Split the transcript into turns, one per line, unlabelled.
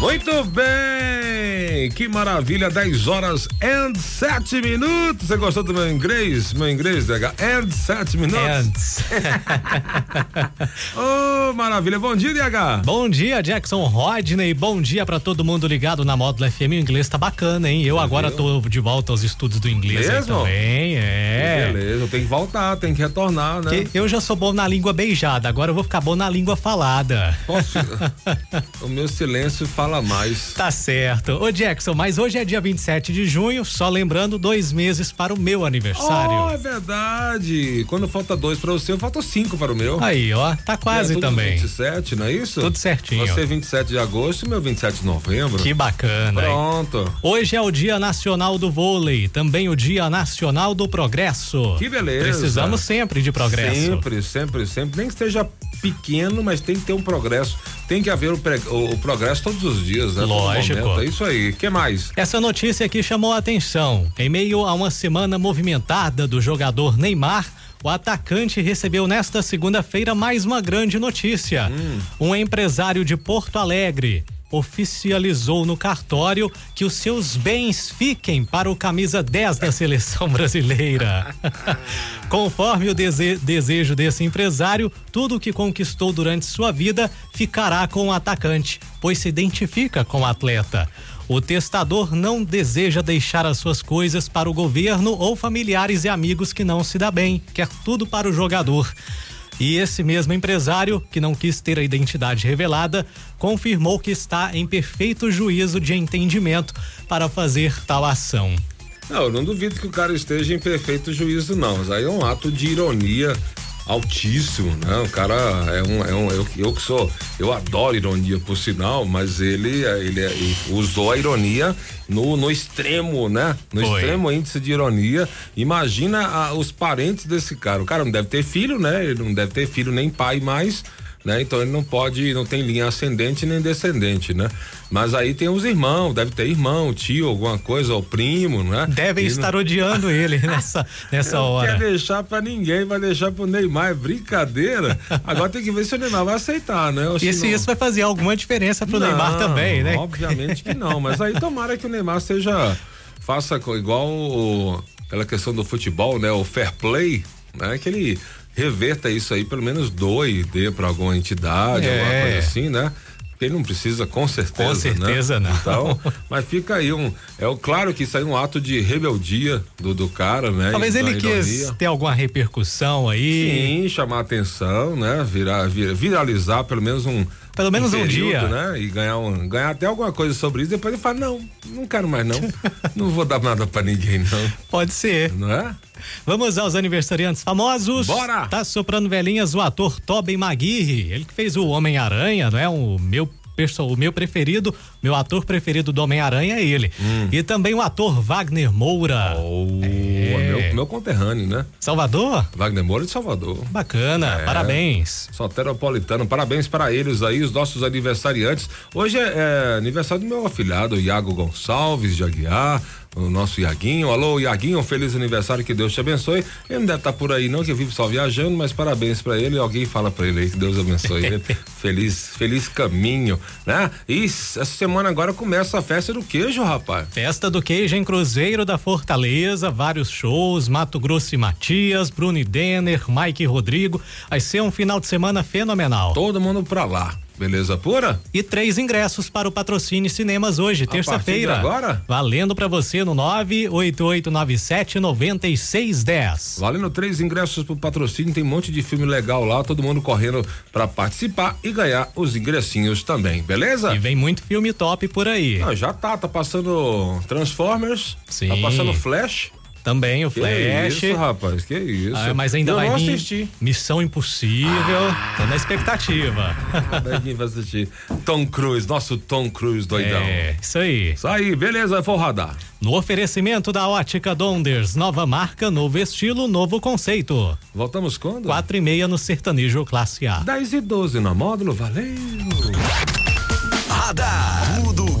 Muito bem! Que maravilha! 10 horas and 7 minutos. Você gostou do meu inglês? Meu inglês, DH? And 7 minutos.
Antes.
Oh, maravilha! Bom dia, DH!
Bom dia, Jackson Rodney. Bom dia pra todo mundo ligado na Módulo FM. O inglês tá bacana, hein? Eu agora tô de volta aos estudos do inglês aí
Mesmo?
também. É.
Beleza, tem que voltar, tem que retornar, né?
Que Eu já sou bom na língua beijada, agora eu vou ficar bom na língua falada.
Posso- o meu silêncio fala mais.
Tá certo. Ô Jackson, mas hoje é dia 27 de junho, só lembrando, dois meses para o meu
Oh,
aniversário.
é verdade. Quando falta dois para o seu, falta cinco para o meu.
Aí, ó, tá quase
é, tudo
também.
27, não é isso?
Tudo certinho.
Você é 27 de agosto e meu 27 de novembro.
Que bacana. hein?
Pronto.
Hoje é o Dia Nacional do Vôlei, também o Dia Nacional do Progresso.
Que beleza.
Precisamos sempre de progresso.
Sempre, sempre, sempre. Nem que seja pequeno, mas tem que ter um progresso. Tem que haver o, pre- o- o progresso todos os dias, né? Todo
Lógico.
momento. É isso aí. que mais?
Essa notícia aqui chamou a atenção. Em meio a uma semana movimentada do jogador Neymar, o atacante recebeu nesta segunda-feira mais uma grande notícia.
Hum.
Um empresário de Porto Alegre oficializou no cartório que os seus bens fiquem para o camisa 10 da seleção brasileira. Conforme o dese- desejo desse empresário, tudo o que conquistou durante sua vida ficará com o atacante, pois se identifica com o atleta. O testador não deseja deixar as suas coisas para o governo ou familiares e amigos que não se dá bem, quer tudo para o jogador. E esse mesmo empresário, que não quis ter a identidade revelada, confirmou que está em perfeito juízo de entendimento para fazer tal ação.
Não, eu não duvido que o cara esteja em perfeito juízo, não. Mas aí é um ato de ironia altíssimo, né? O cara é um. É um eu, eu que sou. Eu adoro ironia, por sinal, mas ele, é, ele, ele usou a ironia no, no extremo, né? No
Foi.
extremo índice de ironia. Imagina a- os parentes desse cara. O cara não deve ter filho, né? Ele não deve ter filho nem pai mais. Né? Então ele não pode, não tem linha ascendente nem descendente, né? Mas aí tem os irmãos, deve ter irmão, tio, alguma coisa, ou primo, né?
Devem
E
estar odiando ele nessa, nessa
não quer
tá hora.
deixar pra ninguém, vai deixar pro Neymar, é brincadeira. Agora tem que ver se o Neymar vai aceitar, né? Ou se
E se
não-
isso vai fazer alguma diferença pro Neymar
Não,
também, né?
Obviamente que não, mas aí tomara que o Neymar seja faça co- igual o- aquela questão do futebol, né? O fair play, né? Que ele reverta isso aí, pelo menos doe, dê pra alguma entidade, alguma
É.
coisa assim, né? Porque ele não precisa, com certeza.
Com certeza
né?
não.
Então, mas fica aí um. É o- claro que isso aí é um ato de rebeldia do, do cara, né?
Talvez
Da
ele
ironia.
quis ter alguma repercussão aí.
Sim, chamar atenção, né? Virar, vir- viralizar pelo menos um.
Pelo menos um dia.
Né? E ganhar, um, ganhar até alguma coisa sobre isso. Depois ele fala: não, não quero mais, não. não vou dar nada pra ninguém, não.
Pode ser.
Não é?
Vamos aos aniversariantes famosos.
Bora!
Tá soprando velhinhas o ator Tobey Maguire, ele que fez o Homem-Aranha, não é? O meu perso- o meu preferido, meu ator preferido do Homem-Aranha é ele.
Hum.
E também o ator Wagner Moura.
Oh. É. Meu, meu conterrâneo, né?
Salvador?
Wagner Moura de Salvador.
Bacana,
É.
parabéns.
Soteropolitano, parabéns para eles aí, os nossos aniversariantes. Hoje é, é aniversário do meu afilhado, Iago Gonçalves de Aguiar, o nosso Iaguinho. Alô, Iaguinho, feliz aniversário, que Deus te abençoe. Ele não deve estar por aí não, que vive só viajando, mas parabéns para ele. Alguém fala para ele aí, que Deus abençoe ele. Feliz, feliz caminho, né? E s- essa semana agora começa a festa do queijo, rapaz.
Festa do Queijo em Cruzeiro da Fortaleza, vários shows, Mato Grosso e Matias, Bruno e Denner, Mike e Rodrigo. Vai ser um final de semana fenomenal.
Todo mundo pra lá. Beleza pura?
E três ingressos para o patrocínio Cinemas hoje, terça-feira.
partir de agora?
Valendo para você no 988979610.
Valendo três ingressos pro patrocínio, tem um monte de filme legal lá, todo mundo correndo pra participar e ganhar os ingressinhos também, beleza?
E vem muito filme top por aí.
Ah, já tá, tá passando Transformers,
Sim.
tá passando Flash,
Também o
Que
Flash.
isso, rapaz, que isso.
Ah, mas ainda
eu
vai
não
vir
assisti. Ah.
Missão Impossível. Tô na expectativa.
Vai assistir. Tom Cruise, nosso Tom Cruise doidão.
É, isso aí.
Isso aí, beleza, foi o radar.
No oferecimento da Ótica Donders, nova marca, novo estilo, novo conceito.
Voltamos quando?
Quatro e meia no Sertanejo Classe A.
10 e 12 na módulo, valeu.
Radar. Tudo o